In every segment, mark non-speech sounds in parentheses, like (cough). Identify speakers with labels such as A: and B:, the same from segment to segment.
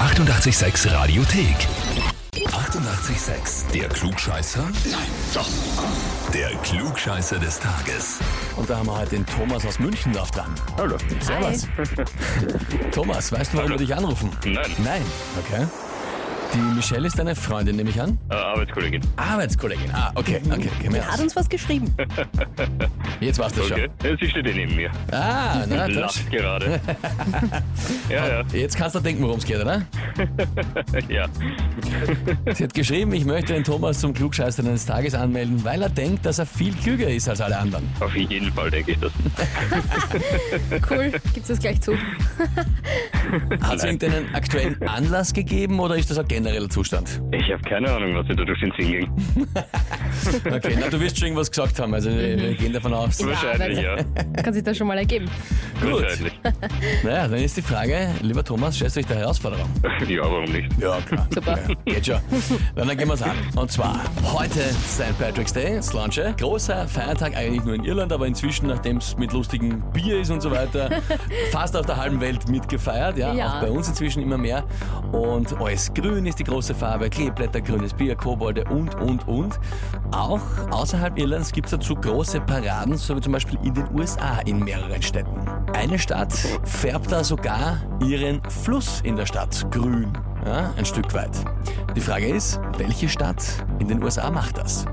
A: 886 Radiothek. 88,6. Der Klugscheißer? Nein, doch. Der Klugscheißer des Tages.
B: Und da haben wir halt den Thomas aus München drauf dran.
C: Hallo.
B: Servus. (laughs) Thomas, weißt du, warum wir dich anrufen?
C: Nein,
B: Nein. Okay. Die Michelle ist deine Freundin, nehme ich an?
C: äh, Arbeitskollegin.
B: Arbeitskollegin. Ah, okay, okay, okay. Mehr
D: Hat
B: aus.
D: uns was geschrieben.
B: Jetzt warst du
C: Okay.
B: schon.
C: Ja, sie steht eh neben mir.
B: Ah,
C: (laughs)
B: na, das.
C: Lacht gerade. ja, ja,
B: Jetzt kannst du denken, worum es geht, oder?
C: ja.
B: Sie hat geschrieben, ich möchte den Thomas zum Klugscheißer des Tages anmelden, weil er denkt, dass er viel klüger ist als alle anderen.
C: Auf jeden Fall denke ich das.
D: Cool, gibt's das gleich zu.
B: Hat es irgendeinen aktuellen Anlass gegeben oder ist das ein genereller Zustand?
C: Ich habe keine Ahnung, was mir da durch den Sinn ging.
B: Okay, na, du wirst schon irgendwas gesagt haben, also wir wir gehen davon aus.
C: Wahrscheinlich, ja. (laughs)
D: Kann sich das schon mal ergeben.
B: Gut.
C: Wahrscheinlich. (laughs)
B: Naja, dann ist die Frage, lieber Thomas, stellst du dich der Herausforderung?
C: Ja, warum nicht?
B: Ja, klar.
D: Super.
B: Geht schon. Dann, dann gehen wir's an. Und zwar, heute St. Patrick's Day, Slanche. Großer Feiertag, eigentlich nur in Irland, aber inzwischen, nachdem es mit lustigem Bier ist und so weiter, fast auf der halben Welt mitgefeiert. Ja,
D: Ja.
B: auch bei uns inzwischen immer mehr. Und alles grün ist die große Farbe, Kleeblätter, grünes Bier, Kobolde und, und, und. Auch außerhalb Irlands gibt's dazu große Paraden, so wie zum Beispiel in den USA in mehreren Städten. Eine Stadt färbt da sogar ihren Fluss in der Stadt grün ja, ein Stück weit. Die Frage ist, welche Stadt in den USA macht das?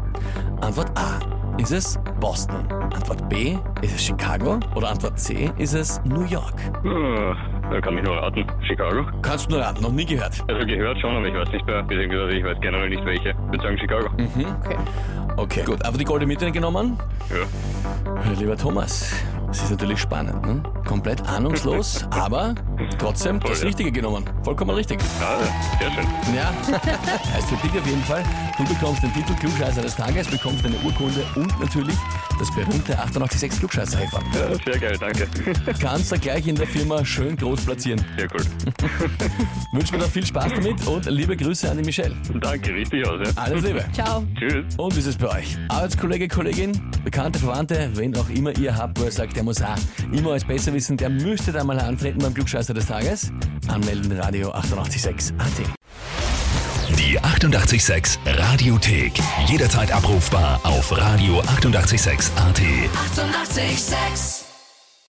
B: Antwort A. Ist es Boston? Antwort B. Ist es Chicago? Oder Antwort C. Ist es New York?
C: Hm, Da kann ich nur raten. Chicago?
B: Kannst du nur raten, noch nie gehört.
C: Also gehört schon, aber ich weiß nicht mehr. Beziehungsweise ich weiß generell nicht welche. Ich würde sagen Chicago.
D: Okay.
B: Okay, gut. Aber die goldene Mitte genommen?
C: Ja.
B: Lieber Thomas, es ist natürlich spannend, ne? Komplett ahnungslos, (laughs) aber trotzdem
C: Voll,
B: das
C: ja.
B: Richtige genommen. Vollkommen richtig.
C: Ah, sehr schön.
B: Ja, (laughs) heißt für dich auf jeden Fall. Du bekommst den Titel Klugscheißer des Tages, bekommst eine Urkunde und natürlich das berühmte 886 Klugscheißerheffer.
C: Ja, sehr geil, danke. (laughs)
B: Kannst du gleich in der Firma schön groß platzieren.
C: Sehr cool.
B: Wünschen wir dir viel Spaß damit und liebe Grüße an die Michelle.
C: Danke, richtig aus, ja.
B: Alles Liebe.
D: Ciao.
C: Tschüss.
B: Und wie ist es bei euch? Arbeitskollege, Kollegin, Bekannte, Verwandte, wen auch immer ihr habt, wo ihr sagt, der muss auch immer als besser wissen, der müsste da mal antreten beim Klugscheißer des Tages. Anmelden Radio 886 AT.
A: Die 88,6 Radiothek. Jederzeit abrufbar auf radio886.at. 88,6.
E: Eighty-eight, sex.